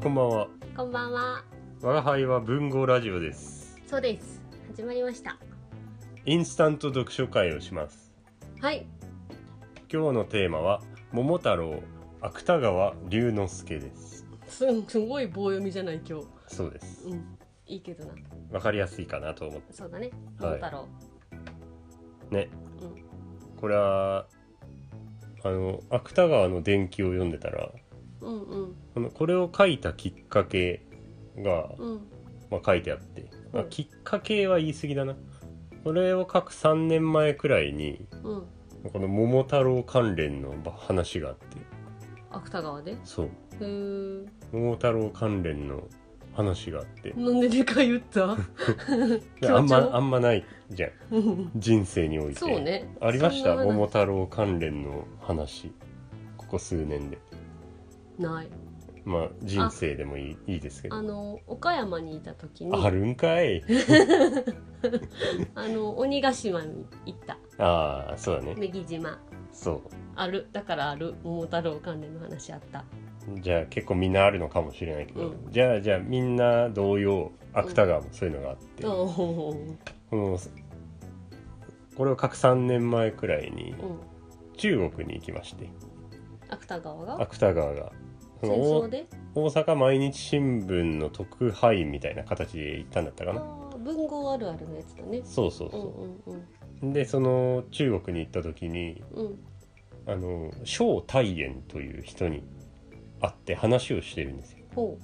こんばんは。こんばんは。我が輩は文豪ラジオです。そうです。始まりました。インスタント読書会をします。はい。今日のテーマは桃太郎芥川龍之介です。すすごい棒読みじゃない今日。そうです。うん。いいけどな。わかりやすいかなと思っそうだね。はい桃太郎。てね。これはあの芥川の伝記を読んでたら、うんうんこのこれを書いたきっかけがうんまあ、書いてあって、まあうんきっかけは言い過ぎだなこれを書く3年前くらいにうん。この桃太郎関連のば話があって芥川で。へそうえ。桃太郎関連の話があってなんででかい言 っであた。ん強調まあんまないじゃんうん人生においてそうね。ありましたそんな桃太郎関連の話ここ数年でない。まあ人生でもいいいいですけどああの岡山にいた時に。るんかいあの鬼ヶ島に行った。ああそうだね女木島。そある。だからある。桃太郎関連の話あった。うじゃあ結構みんなあるのかもしれないけど、うじゃあじゃあみんな同様芥川もそういうのがあって、うんうんこのこれを書く3年前くらいにうん。中国に行きまして芥川が。芥川がそ戦の争大で。大阪毎日新聞の特派員みたいな形で行ったんだったかなあー文豪あるあるのやつだね。そうそううんそうんう、でその中国に行った時にうんうん。あの章太炎という人に会って話をしてるんですよほ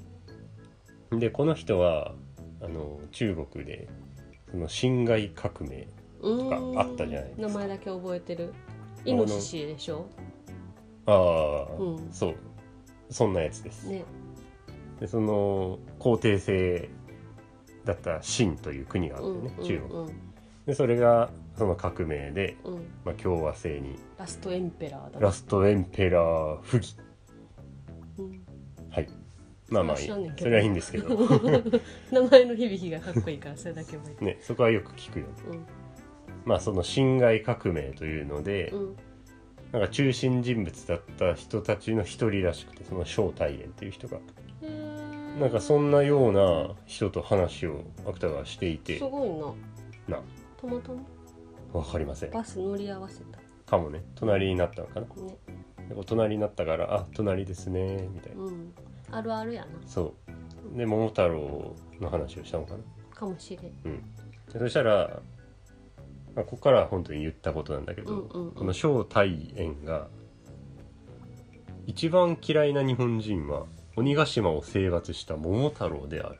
でこの人はあの中国でその侵害革命う。うーんとかあったじゃないですか名前だけ覚えてる。イノシシでしょ。ああ、うんそうそんなやつです、ね。でその皇帝制だった清という国があってうんね、うん中国うんでそれがその革命で、うん。まあ、共和制にラストエンペラーだ。ラストエンペラー不義うんはいまあまあいいそれは知らんねんけどそれはいいんですけど 名前の響きがかっこいいからそれだけ覚えてね そこはよく聞くよねる。うんまあその侵害革命というので、うんなんか中心人物だった人たちの一人らしくてその正太炎っていう人がへー。なんかそんなような人と話を芥川はしていてすごいな。なたまたまわかりませんバス乗り合わせた。かもね隣になったのかなね。でお隣になったから「あ隣ですね」みたいなうん。あるあるやな。そうで桃太郎の話をしたのかなかもしれん。でそしたら、まあ、ここからは本当に言ったことなんだけうど、んうんこうのん。正太炎が一番嫌いな日本人は鬼ヶ島を征伐した桃太郎である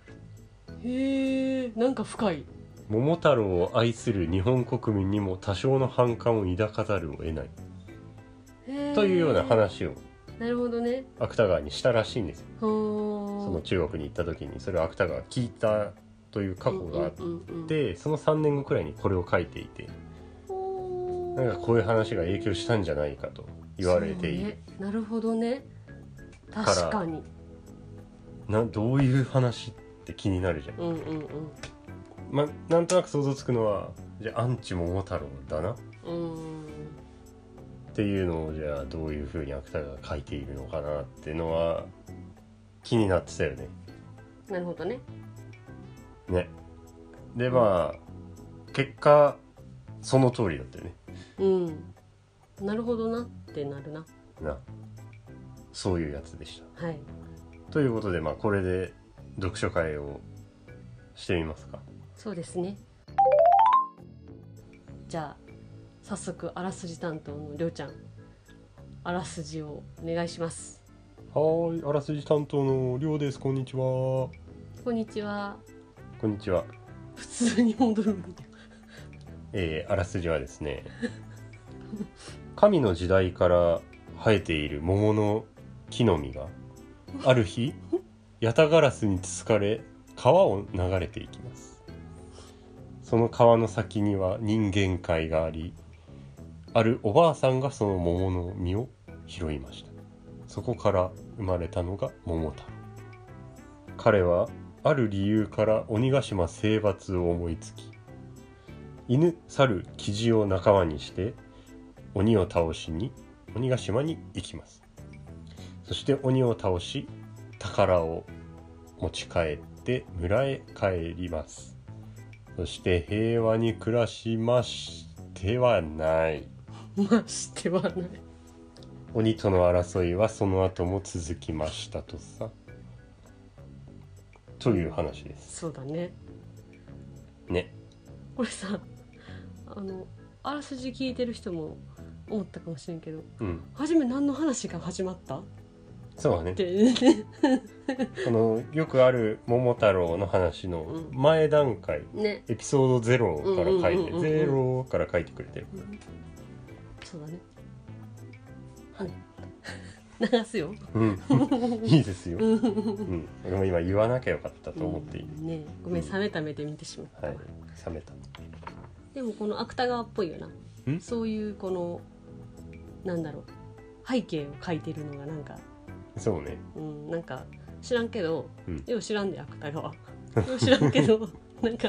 へえ。なんか深い。桃太郎を愛する日本国民にも多少の反感を抱かざるを得ないへーというような。話をなるほどね。芥川にしたらしいんですよそその中国に行った時にそれを芥川が聞いたという過去があっうんうんうんてその3年後くらいにこれを書いていてうんなんかこういう話が影響したんじゃないかと言われていそうるねなるほどねら確かになどういう話って気になるじゃん、うんうんま、なんとなく想像つくのはじゃあアンチ桃太郎だなっうんうていうのをじゃあどういうふうに芥川が書いているのかなっていうのは気になってたよね。ーんなるほどねねでまあ結果その通りだったよねうんなるほどなってなるななそういうやつでした。はいということで、まあ、これで読書会をしてみますか。そうですねじゃあ早速あらすじ担当のりょうちゃんあらすじをお願いしますはい、あらすじ担当のりょうです。こんにちは。こんにちはこんにちは。普通に戻るんやえーあらすじはですね。 神の時代から生えている桃の木の実が、ある日、ヤタガラスにつつかれ、川を流れていきます。その川の先には人間界があり、あるおばあさんがその桃の実を拾いました。そこから生まれたのが桃太郎。彼はある理由から鬼ヶ島征伐を思いつき、犬、猿、キジを仲間にして鬼を倒しに鬼ヶ島に行きます。そして鬼を倒し宝を持ち帰って村へ帰りますそして平和に暮らしましてはないましてはない鬼との争いはその後も続きましたとさという話ですそうだねねこれさあのあらすじ聞いてる人も思ったかもしれんけどうん初め何の話が始まったっそうだねてこのよくある「桃太郎」の話の前段階、 ねエピソードゼロから書いて、うんうんうんうんゼロから書いてくれ てるそうだねうん 流すようん、いいですよ、うん、俺も今言わなきゃよかったと思っている、うんねごめん冷めた目で見てしまった、はい冷めたでもこの芥川っぽいよなんそういうこのなんだろう背景を描いてるのがなんかそうねうんなんか知らんけど、うんよう知らんで芥川 よう知らんけど なんか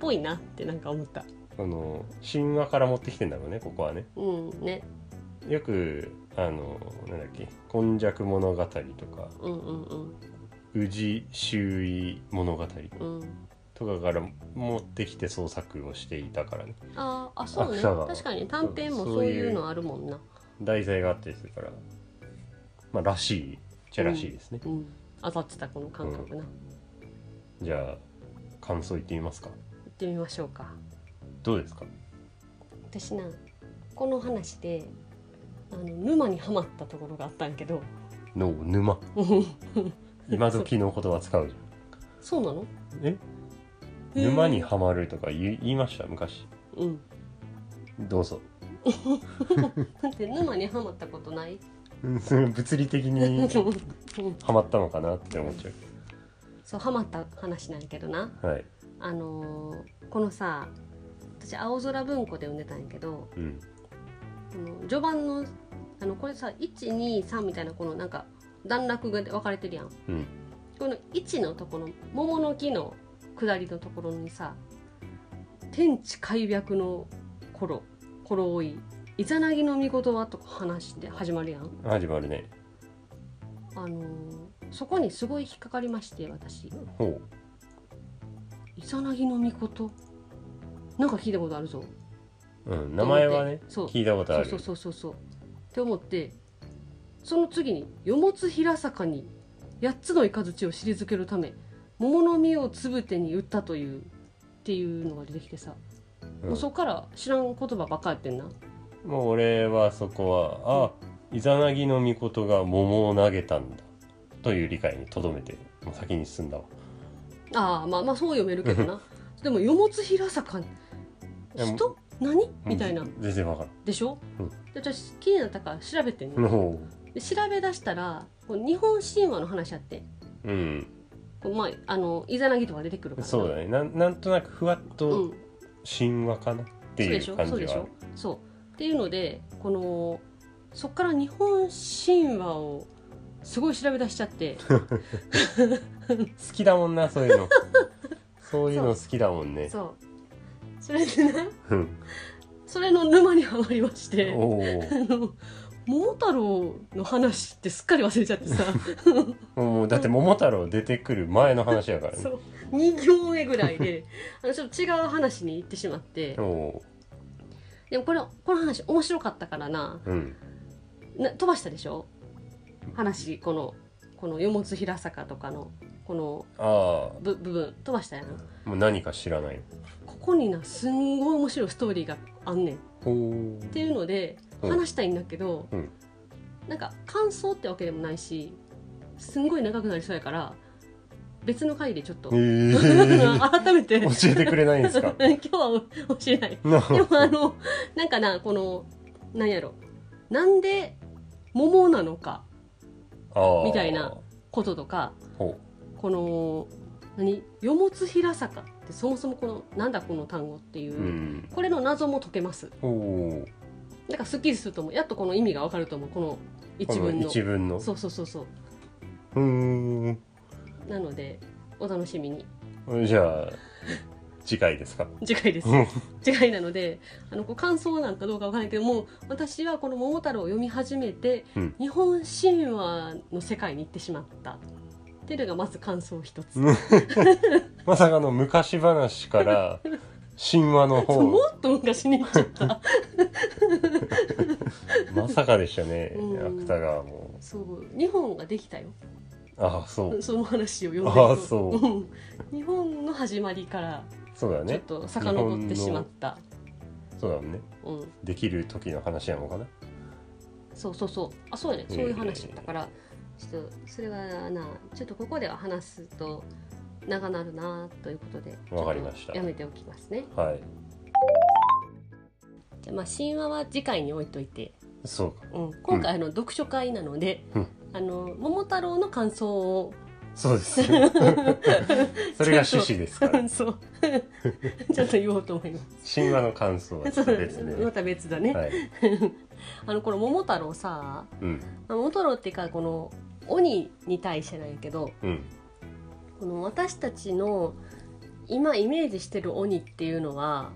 ぽいなってなんか思ったあの神話から持ってきてんだろうねここはねうんねよくあのなんだっけ「今昔物語」とかうんうんうん「宇治周囲物語うん、」とかから持ってきて創作をしていたからねあーあそうね芥川確かに短編もそういうのあるもんな題材があったりするからまあらしいっちゃらしいですね、う、ん、当たってたこの感覚な、行じゃあ感想言ってみますかってみましょうかどうですか私なこの話であの沼にはまったところがあったんやけどの 沼今時の言葉使うじそうなのゃんえ沼にはまるとか言い言いました昔 うんどう ぞだって沼にはまったことないうんその物理的に はまったのかなって思っちゃそうハマった話なんやけどなうはいあのーこのさ私青空文庫で読んでたんやけどうんこの序盤のあのこれさ123みたいなこのなんか段落が分かれてるやんうんこの1のところ桃の木の下りのところにさ天地開闢の頃頃多いイザナギの御事はとか話で始まるやん始まるねあのーそこにすごい引っかかりまして私ほイザナギの御事なんか聞いたことあるぞう、うん、名前はねそう聞いたことあるそうそうそうそうそうって思ってその次に「よもつ平坂に8つの雷を退けるため桃の実をつぶてに売ったという」っていうのが出てきてさ、うんもうそっから知らん言葉ばっかやってんなもう俺はそこはあイザナギの御事が桃を投げたんだという理解にとどめてもう先に進んだわああまあまあそう読めるけどなでも「よもつ平坂いやもう人何?」みたいなもう全然わかでしょ、うんで私気になったから調べてんらんね、ほで調べ出したらこう日本神話の話やってううんこうまああのイザナギとか出てくるからなそうだねなんなんとなくふわっうとん神話かなっていそううでしょ感そうじでしはあるょそうっていうのでこのそっから日本神話をすごい調べ出しちゃって好きだもんなそういう のそういうの好きだもんねそうそれでなうんそれの沼にはまりましておおあの桃太郎の話ってすっかり忘れちゃってさもうだって桃太郎出てくる前の話やからねそう2行目ぐらいであのちょっと違う話に行ってしまっておおでもこれこの話面白かったからなーうんな飛ばしたでしょ話このこの「よもつ平坂」とかのこのあぶ部分飛ばしたやんあもう何か知らないここになすんごい面白いストーリーがあんねんっおおていうのでうん話したいんだけど、うんなんか感想ってわけでもないしすんごい長くなりそうやから別の回でちょっとええ 改めて教今えてくれないんです 日かは教えないでもあのなんかなこのなんやろなんで桃なのかみたいなこととかほこの何「よもつ平坂」ってそもそもこのなんだこの単語っていうう、うんこれの謎も解けますおおーだからすっきりすると思うやっとこの意味がわかると思うこの一文この一文のそうそうそうそううーんなのでお楽し みにじゃあ次回ですか次回ですうん次回なのであのこう感想なんかどうかわからないけども私はこの「桃太郎」を読み始めて、うん日本神話の世界に行ってしまったテルがまず感想一つうんまさかの昔話 から神話の方 もっと昔に行っちゃったまさかでしたねうん芥川もそう日本ができたよああそうその話を読んであそううん日本の始まりからそうだちょっねと遡ってしまった、そうだねうん、できる時の話やのかなそうそうそうあそうやねえーそういう話だったから、ちょっとそれはなちょっとここでは話すと長なるなということでわかりましたちょっとやめておきますねはいじゃあまあ神話は次回に置いといて、そうかうん、今回あの読書会なので、うんあの桃太郎の感想をそう です よそれが趣旨ですから感想 ちょっと言おうと思います神話の感想はちょっと別 でまた別だね、はいあのこの桃太郎さうんまあ桃太郎っていうかこの鬼に対してなんやけどうんこの私たちの今イメージしてる鬼っていうのは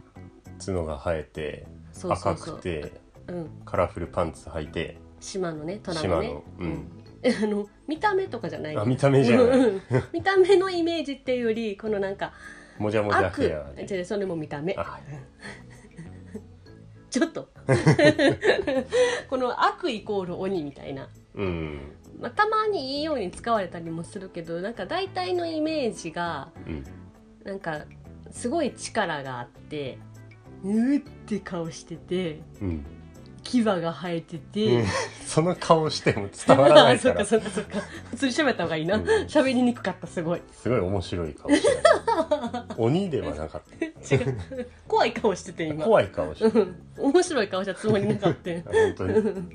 角が生えてそうそ赤うそうくてうん、カラフルパンツ履いて島のね虎島のねのうんうん あの見た目とかじゃないあ見た目じゃないうん見た目のイメージっていうよりこのなんかもじゃもじゃ悪ヘアじゃあそれも見た目あはいちょっと この悪イコール鬼みたいな、うんまあ、たまにいいように使われたりもするけどなんか大体のイメージがうんなんかすごい力があってうーって顔しててうん牙が生えてて、 うんその顔しても伝わらないそかっからそっかそっか普通に喋った方がいいなうん喋、りにくかった すごいすごい面白い顔してた鬼ではなかっ違う怖い顔しててた今怖い顔してたうん面白い顔したつもりなかった よ本当にう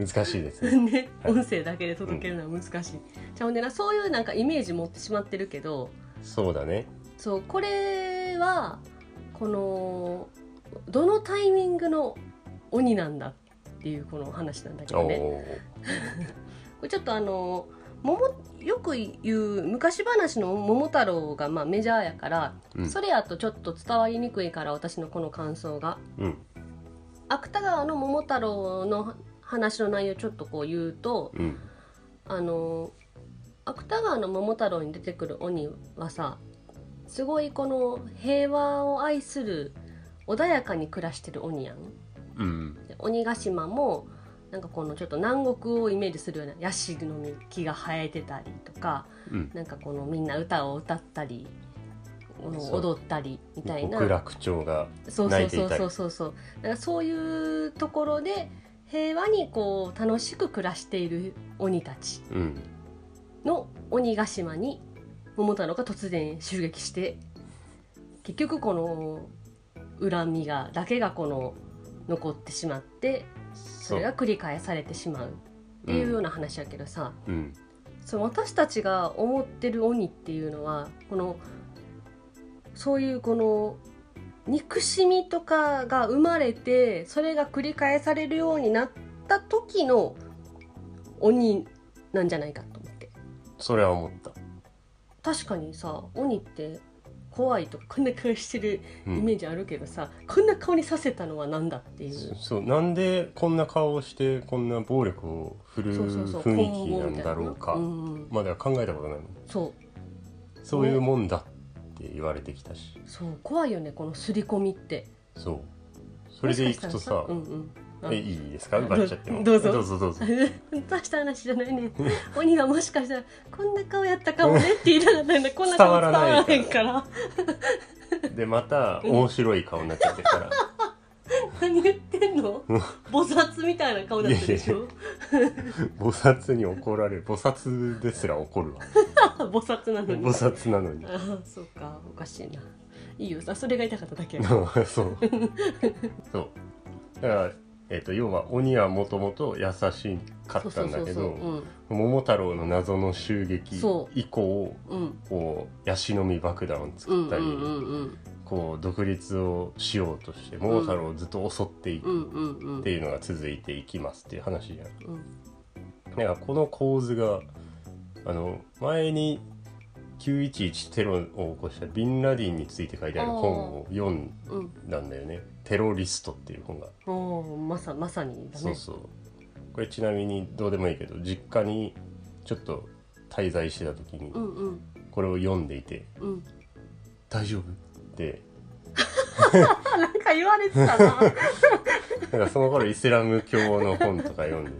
難しいですねんね、はい音声だけで届けるのは難しい、じゃあほんでなそういうなんかイメージ持ってしまってるけどそうだねそうこれはこのどのタイミングの鬼なんだっていうこの話なんだけおどねおーこれちょっとあの桃よく言う昔話の「桃太郎」がまあメジャーやから、うんそれやとちょっと伝わりにくいから私のこの感想がうん芥川の「桃太郎」の話の内容ちょっとこう言うとうんあの芥川の「桃太郎」に出てくる鬼はさすごいこの平和を愛する穏やかに暮らしてる鬼やん。うんで鬼ヶ島もなんかこのちょっと南国をイメージするようなヤシの木が生えてたりとかうんなんかこのみんな歌を歌ったりこのそう踊ったりみたいな極楽鳥がそう泣そいうていそうたりそうそうそうだからそういうところで平和にこう楽しく暮らしている鬼たちうんの鬼ヶ島に桃太郎が突然襲撃して結局この恨みがだけがこの残ってしまってそそれが繰り返されてしまうっていうような話やけどさ、うんその私たちが思ってる鬼っていうのはこのそういうこの憎しみとかが生まれてそれが繰り返されるようになった時の鬼なんじゃないかと思ってそれは思った確かにさ鬼って怖いとかこんな顔してるうイんメージあるけどさ、こんな顔にさせたのは何だっていうそそうなんでこんな顔をしてこんな暴力を振るそうそうそう雰囲気なんだろうか今後みたいなうんうんまだ考えたことないもんそうそういうもんだって言われてきたしそう怖いよねこの刷り込みってそうそれでいくとさもしかしたらうんうんえあいいですか奪っちゃってもどうぞどうぞど うぞ大した話じゃないね 鬼がもしかしたらこんな顔やったかもねって言いながらねこんな顔伝わらへんからでまた面白い顔になっちゃってる か何言って んのうん菩薩みたいな顔だったでしょら菩薩に怒られる菩薩ですら怒るわ 菩薩なの菩に薩なのに ああそうかおかしいないいよさそれが痛かっただけやそうそうだから、えっと要は鬼はもともと優しかそうっそたうんそだうけそうどうん桃太郎の謎の襲撃そ以降うんこうヤシの実爆弾をう作んっうたり、んうんうんこう独立をしようとして桃太郎をずっと襲っていくうんうんうんっていうのが続いていきますっていう話じゃん。うだんからこの構図があの前に911テロを起こしたビンラディンについて書いてある本を読んうんだんだよね「テロリスト」っていう本が、おーまさまさにだそねうそうこれちなみにどうでもいいけど実家にちょっと滞在してた時にうんうんこれを読んでいてうん「大丈夫?」ってあなんか言われて たななんかその頃イスラム教の本とか読んでて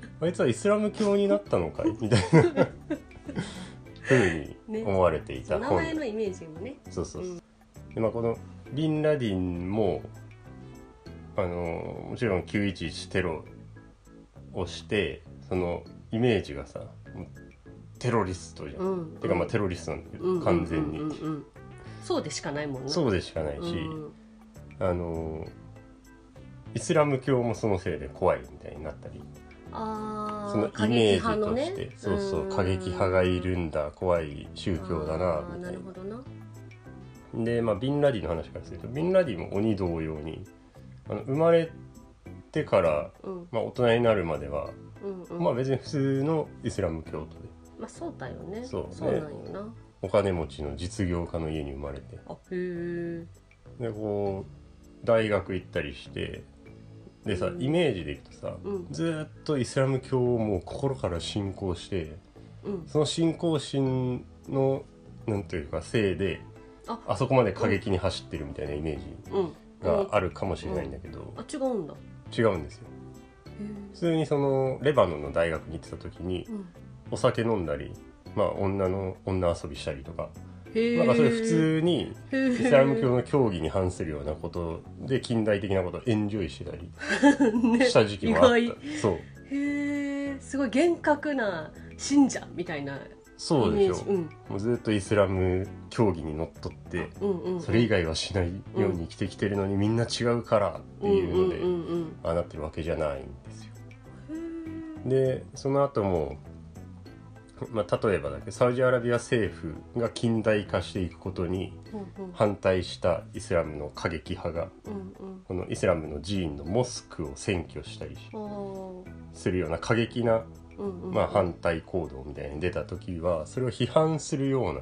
「あいつはイスラム教になったのかい?」みたいな ふうに思われていた名本前のイメージもねそうそうそうでまあこのビンラディンもあのもちろん911テロをしてそのイメージがさもうテロリストじゃん、うんてかまあテロリストなんだけど、うん完全に、うんうんうんうんそうでしかないもんねそううでしかないし、んあのイスラム教もそのせいで怖いみたいになったりあそのイメージとして、そうそう過激派がいるんだ怖い宗教だなみたないるなほどなで、まあ、ビンラディの話からするとビンラディも鬼同様にあの生まれてから、うんまあ、大人になるまでは、うんうんまあ、別に普通のイスラム教徒でまあそうだよねそうねそうなんよなお金持ちの実業家の家に生まれてあへえでこう大学行ったりしてでさうんイメージでいくとさ、うんずーっとイスラム教をもう心から信仰してうんその信仰心のなんというかせいでああそこまで過激に走ってるみたいなイメージうんがあるかもしれないんだけど、あ違うんだへ違うんですよ普通にそのレバノンの大学に行ってた時にえうんお酒飲んだり、まあ、女の女遊びしたりとかへえなんかそういう普通にイイスラム教の教義に反するようなことで近代的なことをエンジョイしてたり ねした時期もあった、意外そうへえすごい厳格な信者みたいなイそうメでーしジょ、うんもうずっとイスラム教義にのっとってうんうんそれ以外はしないように生きてきてるのにみんな違うからっていうので、んうんうんああなってるわけじゃないんですようんへえでその後もまあ、例えばだけどサウジアラビア政府が近代化していくことにうんうん反対したイスラムの過激派がうんうんこのイスラムの寺院のモスクを占拠したりあーするような過激な、うんうんまあ、反対行動みたいに出た時はそれを批判するような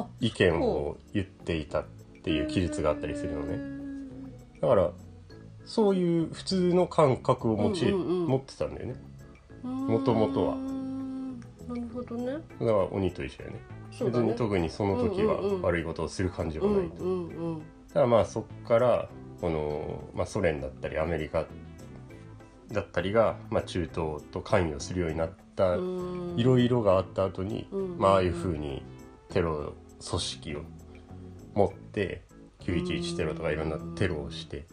あ意見を言っていたっていう記述があったりするのねねだからそういう普通の感覚を持ち、うんうんうん持ってたんだよねもともとはなるほどねだから鬼と一緒やねそう別だにね特にその時はうんうんうん悪いことをする感じうはないんと、うんうんただまあそっからこの、まあ、ソ連だったりアメリカだったりが、まあ、中東と関与するようになったうんいろいろがあった後に、うんうんまあああいうふうにテロ組織を持って911テロとかいろんなテロをして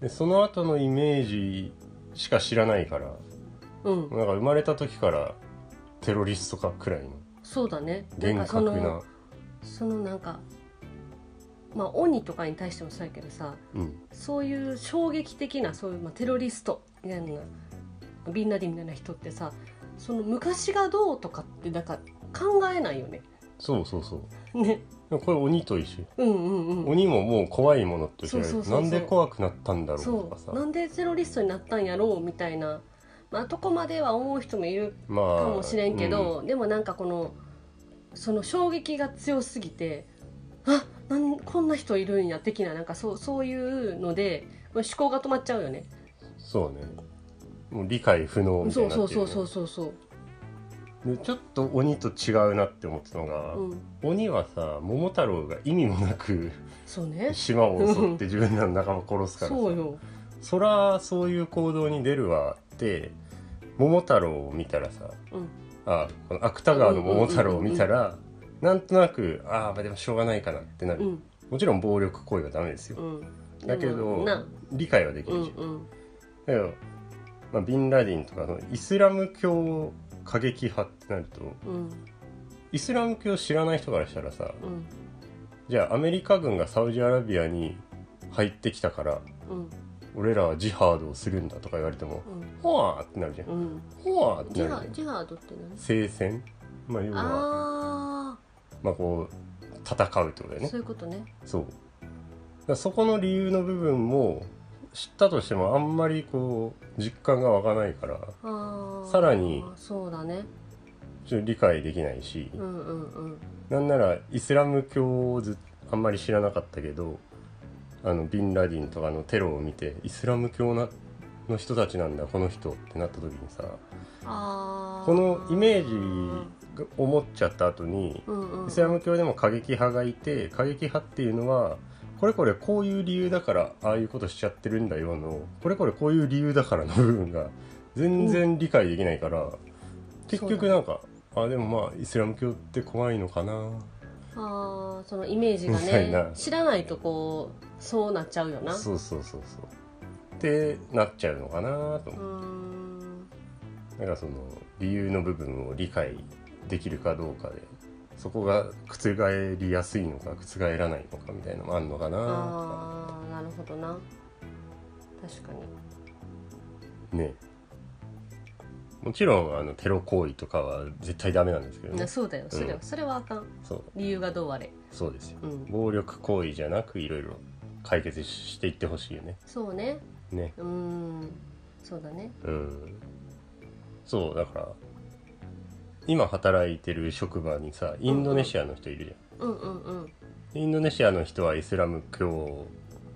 でその後のイメージしか知らないからうんなんか生まれた時からテロリストかくらいのそうだね厳そ格なのそのなんかまあ鬼とかに対してもそうやけどさうん、そういう衝撃的なそういう、まあ、テロリストみたいなビンラディンみたいな人ってさその昔がどうとかってなんか考えないよねそうそうそうねでもこれ鬼と一緒うんうんうん鬼ももう怖いものと知られそうてそなうそうそうんで怖くなったんだろうとそかさうなんでテロリストになったんやろうみたいなまあどこまでは思う人もいるまあかもしれんけど、でもなんかこのその衝撃が強すぎてあなんこんな人いるんや的ななんかそうそういうので思考が止まっちゃうよねうんそうねもう理解不能みたいそにうなってるよそうねそうそうそうそうでちょっと鬼と違うなって思ってたのが、うん鬼はさ桃太郎が意味もなくそうね島を襲って自分らの仲間殺すからさそうよそらそういう行動に出るわって桃太郎を見たらさうんあこの芥川の桃太郎を見たら、なんとなくああまあでもしょうがないかなってなる、うんもちろん暴力行為はダメですよ、うんだけどな理解はできうるんじゃん、うんだけど、まあ、ビンラディンとかそのイスラム教過激派ってなるとうんイスラム教知らない人からしたらさうんじゃあアメリカ軍がサウジアラビアに入ってきたからうん俺らはジハードをするんだとか言われても「ほわ!」ってなるじゃんうんうん「ほわ!」ってジなるハじゃんジハードって何聖戦まあ要はあまあこう戦うってことだよあねそういうことねそうだからそこの理由の部分も知ったとしてもあんまりこう実感が湧かないからああさらにそうだねちょっと理解できないし、うんうんうんなんならイスラム教をずあんまり知らなかったけどあのビンラディンとかのテロを見てイスラム教なの人たちなんだこの人ってなった時にさあーこのイメージを持っちゃった後にうんうんイスラム教でも過激派がいて過激派っていうのはこれこれこういう理由だからああいうことしちゃってるんだよのこれこれこういう理由だからの部分が全然理解できないから、結そうだ局なんかあでもまあイスラム教って怖いのかなあーそのイメージがみたいねな知らないとこうそうなっちゃうよなうそうそうそうそうってなっちゃうのかなと思ーんうなんかその理由の部分を理解できるかどうかでそこが覆りやすいのか覆らないのかみたいなのもあんのかなとかああなるほどな確かにねもちろんあのテロ行為とかは絶対ダメなんですけどいやねそうだよそれは、うんそれはあかんそう理由がどうあれそうですようん暴力行為じゃなくいろいろ解決ししていってほしいよねそうねねうーんそうだねうんそうだから今働いてる職場にさインドネシアの人いるじゃん、うんうんうんインドネシアの人はイスラム教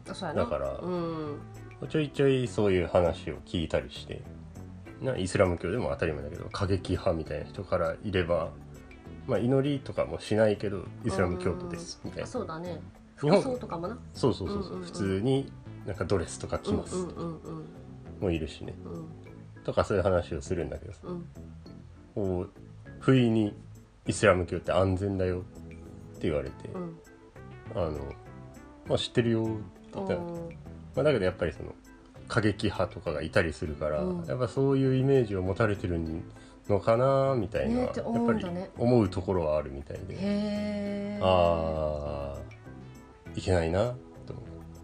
あそうやなだからうんちょいちょいそういう話を聞いたりしてなイスラム教でも当たり前だけど過激派みたいな人からいれば、まあ、祈りとかもしないけどイスラム教徒ですみたいあなそうだね日服本装とかもなそうそうそうそううんうんうん普通になんかドレスとか着うんますうんうんうんもいるしねうんとかそういう話をするんだけどさうんこう不意にイスラム教って安全だよって言われて、うんあの、まあ、知ってるよって言ったのまあ、だけどやっぱりその過激派とかがいたりするから、うんやっぱそういうイメージを持たれてるのかなみたいな、ねやっってぱ思うんりだね思うところはあるみたいでへえああいけないなと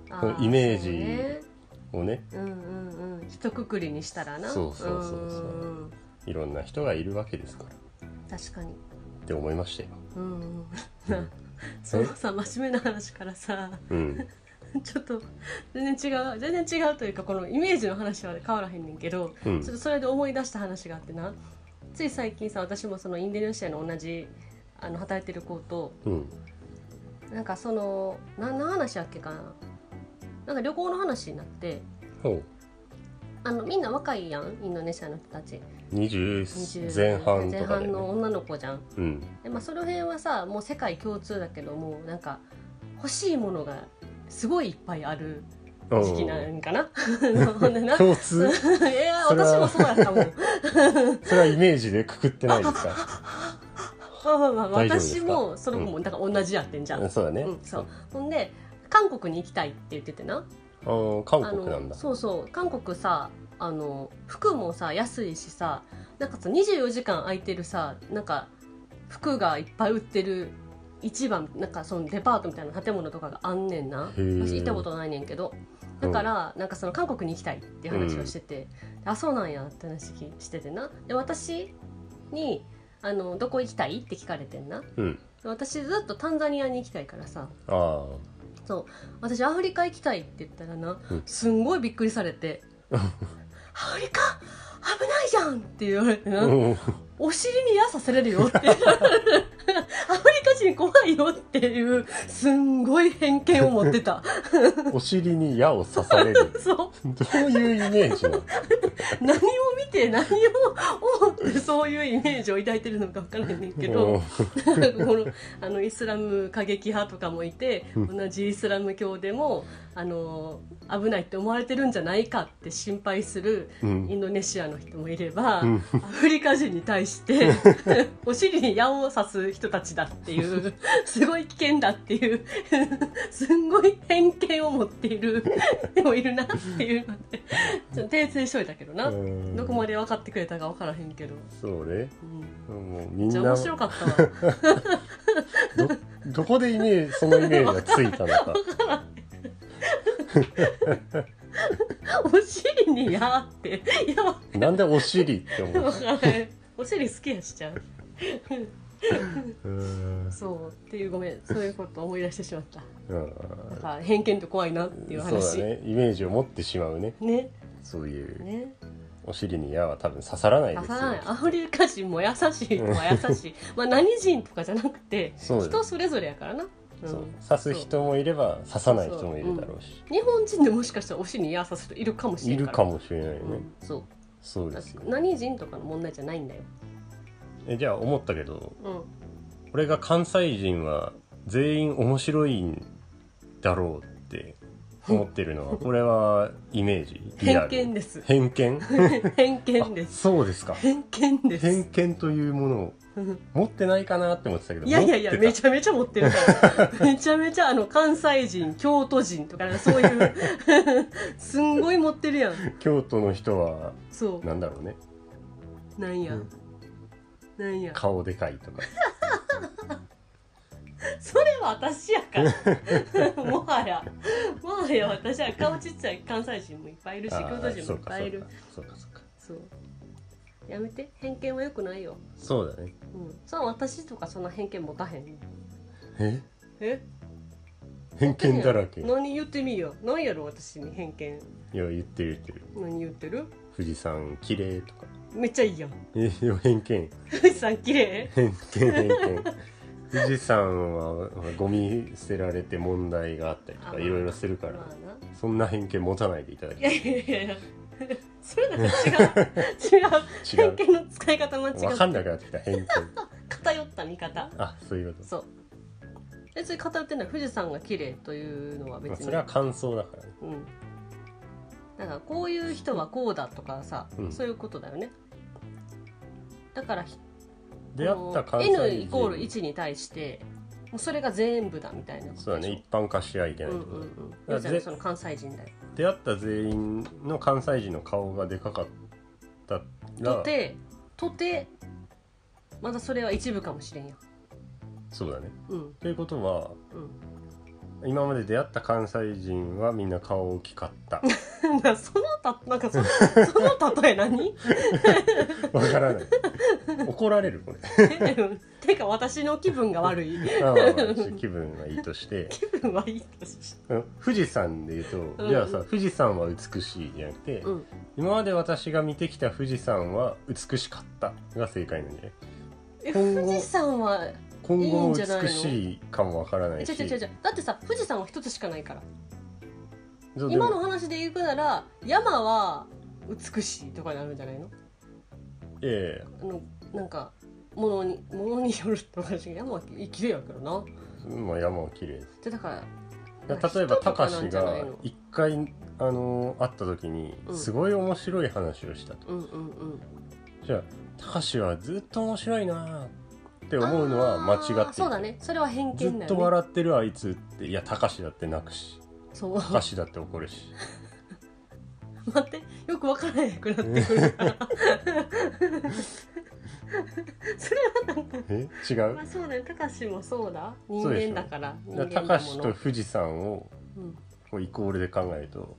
あそのイメージそうねもうねうんうんうん一括りにしたらなそうそうそうそうんんいろんな人がいるわけですから確かにって思いましたよ。うんうん そのさ真面目な話からさ うん、ちょっと全然違う全然違うというかこのイメージの話は変わらへんねんけどうん ちょっとそれで思い出した話があってなつい最近さ私もそのインドネシアの同じあの働いてる子とうんなんかそのな何の話やっけかななんか旅行の話になってほうあのみんな若いやんインドネシアの人たち20前半前とかで、半ねの女の子じゃんうん、で、まあ、その辺はさもう世界共通だけどもうなんか欲しいものがすごいいっぱいある時期なんかな ほんでな共通いやそれは私もそうやったもん それはイメージでくくってないですかまあまあまあ大丈夫ですか私もその子もだから同じやってんじゃん、うんそうだね、うんそうほんで韓国に行きたいって言っててなうん韓国なんあのだそうそう韓国さあの服もさ安いしさなんかさ24時間空いてるさなんか服がいっぱい売ってる一番なんかそのデパートみたいな建物とかがあんねんなへー私行ったことないねんけどだから、なんかその韓国に行きたいっていう話をしてて、あそうなんやって話しててなで私にあのどこ行きたいって聞かれてんなうん私ずっとタンザニアに行きたいからさ、あそう私アフリカ行きたいって言ったらな、うんすんごいびっくりされて「アフリカ危ないじゃん!」って言われてあな、うんお尻に矢刺されるよ ってアフリカ人怖いよっていうすんごい偏見を持ってたお尻に矢を刺されるそどういうイメージなのう何を見て何を思ってそういうイメージを抱いてるのか分からへんねんけど。なんかこのあのイスラム過激派とかもいてうん同じイスラム教でもあの危ないって思われてるんじゃないかって心配するうイんンドネシアの人もいれば、うんアフリカ人に対して お尻に矢を刺す人たちだっていうすごい危険だっていうすんごい偏見を持っているでもいるなっていうのでちょっと訂正しといたけどな、うんどこまで分かってくれたか分からへんけど、そうねうん、もうみじゃんあな面白どかったわ。どこでイメージそのイメージがついたの かお尻にやーっていやわなんでお尻って思うからへんお尻好きやしちゃううんそうっていうごめんそういうこと思い出してしまったうんなんか偏見って怖いなっていうそうだ話ねねイメージを持ってしまうねねそういうねお尻に矢は多分刺さらないで刺すさよらないアフリカ人も優しい人は優しいまあ何人とかじゃなくてそうだ人それぞれやからなうんそう刺す人もいれば刺さない人もいるだろうし日本人でもしかしたらお尻に矢刺す人いるかもしれいないるかもしれないよね、うんそうそうですよ何人とかの問題じゃないんだよえじゃあ思ったけどうん俺が関西人は全員面白いんだろうって思ってるのはこれはイメージリア偏ル見です偏見偏見あですそうですか偏見です偏見というものを持ってないかなって思ってたけどいやいやいや持ってためちゃめちゃ持ってるからめちゃめちゃあの関西人京都人とかなんかそういう すんごい持ってるやん京都の人はそなんだろうねうなんや、うんなんや顔でかい とかそれは私やから もはやもはや私は顔ちっちゃい関西人もいっぱいいるしあ京都ー人もいっぱいいるそうかそうかそうやめて偏見はよくないよそうかそうだねうんそう私とかそんな偏見持たへんええ偏見だらけいや何言ってみよ何やろ私に偏見言ってる言ってる何言ってる富士山綺麗とかめっちゃいいやん えいや偏見富士山綺 麗偏見偏見富士山はゴミ捨てられて問題があったりとかあいろいろするからまあなそんな偏見持たないでいただきいやいやいや いやそれなんか違う 違う違う偏見の使い方間違って分かんなくなってきた偏見偏った見方あそういうこそう別に偏ってない富士山が綺麗というのはと、まあ、別に、それは感想だからねうんだからこういう人はこうだとかさ、うんそういうことだよねだからひ出会った関西人 N イコール1に対してもうそれが全部だみたいなことそうだね一般化しちゃいけうないんうとんころ、らうんゆうちゃんぜのその関西人だよ出会った全員の関西人の顔がでかかったとらてとてまだそれは一部かもしれんやそうだねうんということはう今まで出会った関西人はみんな顔大きかった んなそのたなんかそのその例え何 わからない怒られるこれてか私の気分が悪いまあまあまあ気分がいいとして 気分はいいとしうん富士山で言ううとんじゃあさ富士山は美しいじゃなくて、うん今まで私が見てきた富士山は美しかったが正解なんじゃないえ今後富士山はい今いい後んもじゃないの美しいかもわからない違しう違う違う違うだってさ富士山は一つしかないからそうでも今の話でいくなら山は美しいとかになるんじゃないのいやいやいやあのなんかものにものによるっておかしいけど山は綺麗やけどなまあ山は綺麗ですでだから例まあえば人とたかかなしんじゃないがの一回あの会った時にうんすごい面白い話をしたと、うんうんうんじゃあたかしはずっと面白いなって思うのは間違っていあーたそうだねそれは偏見だずよねっと笑ってるあいつっていやたかしだって泣くしそうたかしだって怒るし待ってよく分からなくなってくるから それはなんかえ違まあうそうだよたかしもそうだ人そうでしょ間だから人間ただかもしのと富士山をうん、こうイコールで考えると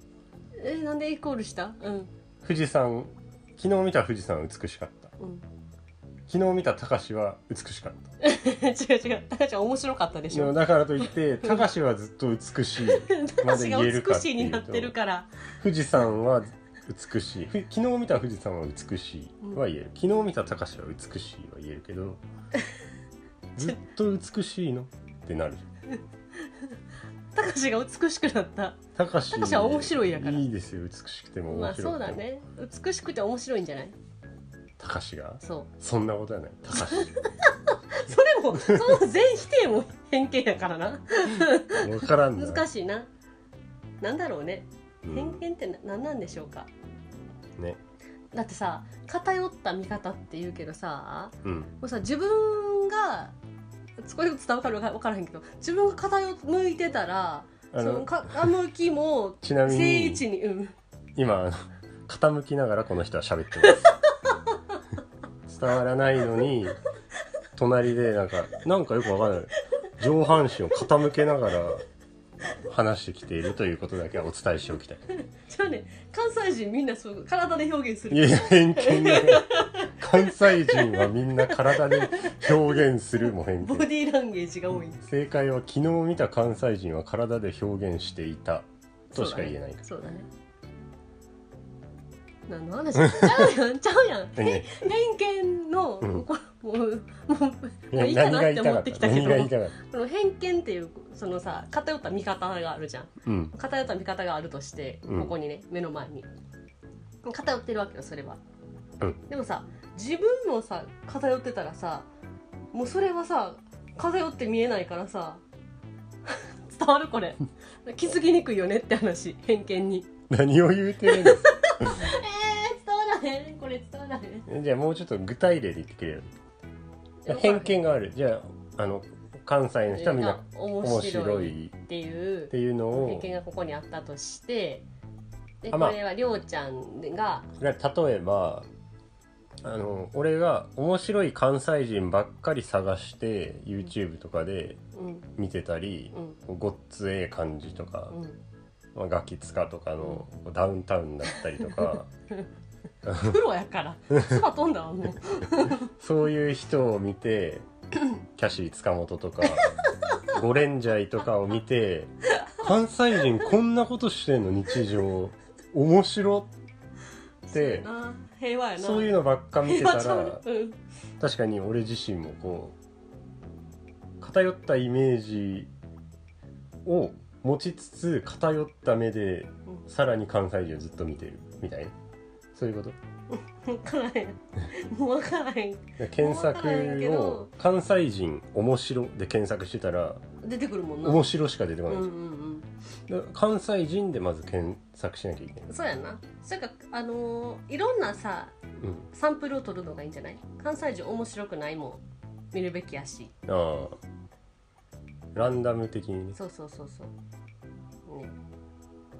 えなんでイコールしたうん富士山昨日見た富士山は美しかったうん 昨日見たたかしは美しかっ違う違うたかしは面白かったでたしでもょだからといってたかしはずっと美しい たかしが美しいになってるから富士山は美しいふ昨日見た富士山は美しいは言える、昨日見た高しは美しいは言えるけ どずっと美しいのってなるじゃんたかしが美しくなった高し高しは面白いやからいいですよ美しくてもま面白あくても、そうだね美しくて面白いんじゃない高しがそうそんなことはない高しそれもその全否定も偏見やからなわからんな難しいななんだろうねうん偏見ってな何なんでしょうかねだってさ偏った見方って言うけどさうんもうさ自分がこれ伝わるか分からへんけど自分が偏向いてたらあそのの傾きもちなみ正位に置にうん今あの傾きながらこの人は喋ってます 伝わらないのに隣でなんかなんかよくわかんない上半身を傾けながら話してきているということだけはお伝えしておきたいじゃあね関西人みんなそう体で表現すいやるいや偏見 だね関西人はみんな体で表現するも偏ボ見ディーランゲージが多いんです正解は昨日見た関西人は体で表現していたとしか言えないそうだねそうだね何の話ちゃうやんちゃう やん何偏見の、うんこもうもうもうい何い何かながっ言ていた思かっってきたたけ何どが言いたかったこの偏見っていうそのさ偏った見方があるじゃんうん偏った見方があるとしてうんここにね、目の前に偏ってるわけよそれは、うんでもさ自分もさ偏ってたらさもうそれはさ偏って見えないからさ 伝わるこれ気づきにくいよねって話偏見に何を言うてるんですかえー、伝わらへんこれ伝わらへんじゃあもうちょっと具体例で言ってくれるいや偏見があるじゃああの関西の人はみんな面面白白いいっっていうていうの偏を見がここにあったとしてであこまあれはりょうちゃんが例えばあの俺が面白い関西人ばっかり探して YouTube とかでうん見てたりうんごっつええ感じとか、うまあ、ガキ使とかのダウンタウンだったりとか んプロやから唾飛んだわもうそういう人を見 てキャシー塚本とかゴレンジャイとかを見て関西人こんなことしてんの日常面白ってそうやな平和やなそういうのばっか見てた 平和ちゃうらなうん確かに俺自身もこう偏ったイメージを持ちつつ偏った目でうさらに関西人をずっと見てるみたいなそういうことん分からへんもう分からへん検わからへんけ索をど「関西人面白」で検索してたら出てくる「もんな面白」しか出てこうなんい、うんんですよだから関西人でまず検索しなきゃいけないうん、そうやなそれかあのーいろんなさうん、サンプルを取るのがいいんじゃない関西人面白くないもん見るべきやしああランダム的にねそうそうそうそう、ね、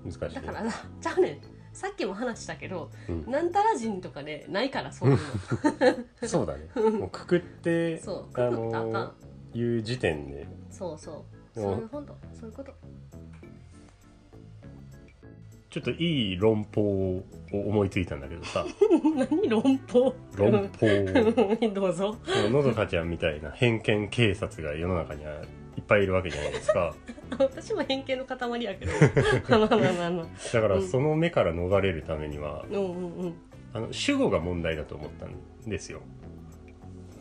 難しいだから さじゃあねさっきも話したけど、うんなんたら人とかねないからそういう のそうだね もうくくってそうくあくったらあかのんいう時点でそうそうでそうもいう本当そういうことちょっといい論法を思いついたんだけど さ何論法論法をうん どうぞこうのどかちゃんみたいな偏見警察が世の中にはいっぱいいるわけじゃないですか私も偏見の塊やけ どまあまあまあまあだからうんその目から逃れるためには、うんうんうんあの主語が問題だと思ったんですよ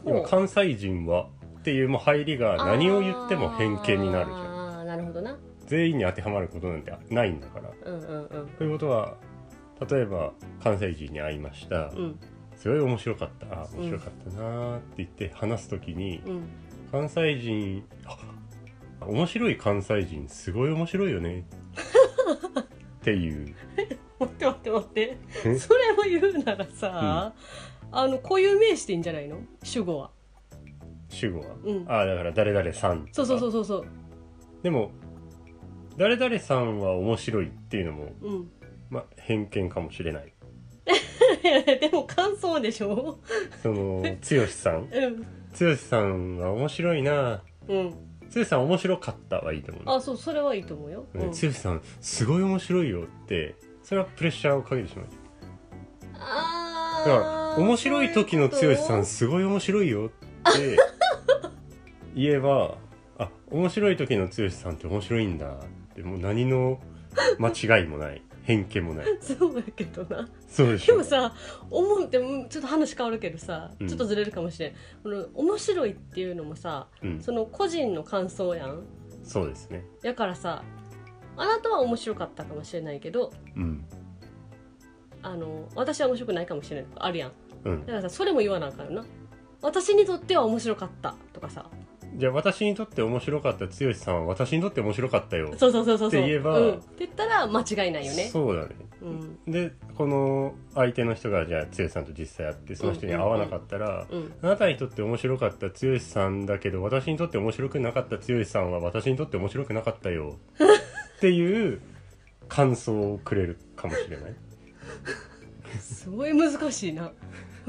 ほ今う関西人はっていうもう入りが何を言っても偏見になるじゃんあーなるほどな全員に当てはまることなんてないんだからうんうんうんということは例えば関西人に会いました、うんすごい面白かったあ面白かったなーって言って話す時に、うん関西人あ面白い関西人すごい面白いよねっていう待って待って待ってえそれを言うならさ、あの固有名詞でいいんじゃないの主語は主語は、 うんあだから誰々さんとかそうそうそうそうそうでも誰々さんは面白いっていうのも、うん まあ、偏見かもしれないでも感想でしょそ の剛さんうん剛さんは面白いなうん剛さん面白かったはいいと思うあそうそれはいいと思うよ、うねん剛、さんすごい面白いよってそれはプレッシャーをかけてしまうだからあー面白い時のそういう剛ことさんすごい面白いよって 言えばあ面白い時の剛さんって面白いんだってもう何の間違いもない偏見もないそうやけどなそうでしでょもさ思うってうんちょっと話変わるけどさ、うんちょっとずれるかもしれんこの面白いっていうのもさうん、その個人の感想やんそうですねやからさあなたは面白かったかもしれないけどうんあの私は面白くないかもしれないとかあるやんうんだからさそれも言わなあかんよな私にとっては面白かったとかさじゃあ私にとって面白かった剛さんは私にとって面白かったよそうそうそうそうそうって言えばうん、って言ったら間違いないよねそうだねうんでこの相手の人がじゃあ剛さんと実際会ってその人に会わなかったら、うんあなたにとって面白かった剛さんだけど私にとって面白くなかった剛さんは私にとって面白くなかった よっていう感想をくれるかもしれないすごい難しいな。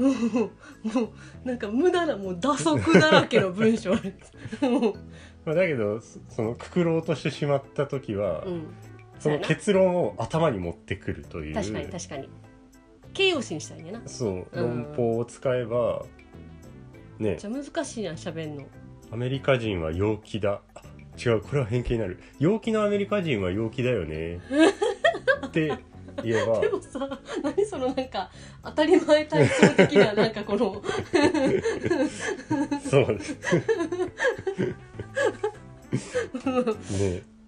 もうもうなんか無駄なもう打足だらけの文章です。 もうまあだけどそそのくくろうとしてしまった時は、うん、その結論を頭に持ってくるという確かに確かに形容詞にしたいねんな。めそううん論法を使えばねっちゃ難しいやん喋んの。アメリカ人は陽気だあ違うこれは偏見になる陽気なアメリカ人は陽気だよねって言えばでもさ何そのなんか当たり前体操的ななんかこの そうですね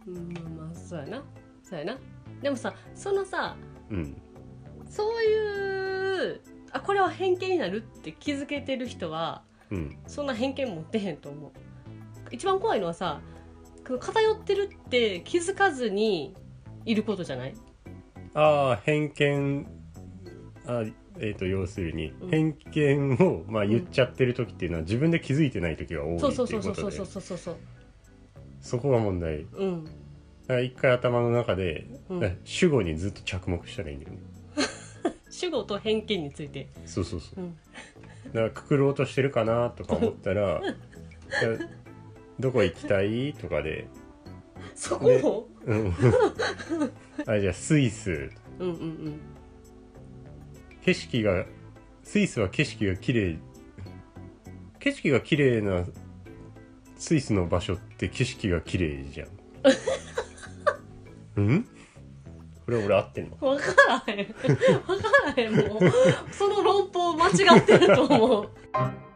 うんまあまあそうやなそうやなでもさそのさうんそういうあこれは偏見になるって気づけてる人はうんそんな偏見持ってへんと思う一番怖いのはさこの偏ってるって気づかずにいることじゃないああ偏見あえー、と要するにうん偏見を、まあ、言っちゃってる時っていうのは自分で気づいてない時が多いってそういうそうことそうそうそうでそうそうそうそうそこが問題うんだから一回頭の中で、うん主語にずっと着目したらいいんだよね主語と偏見についてそうそうそう、うんだからくくろうとしてるかなとか思った らいやどこ行きたいとかで、そこもうんあじゃあスイスうんうんうん景色がスイスは景色が綺麗景色が綺麗なスイスの場所って景色が綺麗 じゃんうんこれ俺合ってんの分からへん分からへんもうその論法間違ってると思う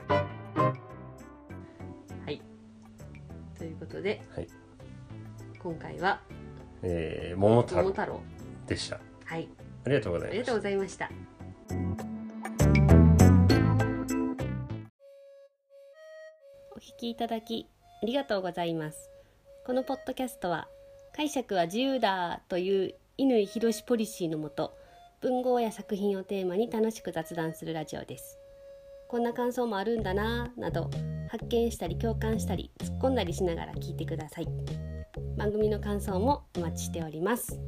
はいということで、はい今回はえー、桃太桃郎太郎でしたはいありがとうござあいましたりがとうございましたお聞きいただきありがとうございますこのポッドキャストは解釈は自由だという乾博士ポリシーのもと文豪や作品をテーマに楽しく雑談するラジオですこんな感想もあるんだなぁなど発見したり共感したり突っ込んだりしながら聞いてください番組の感想もお待ちしております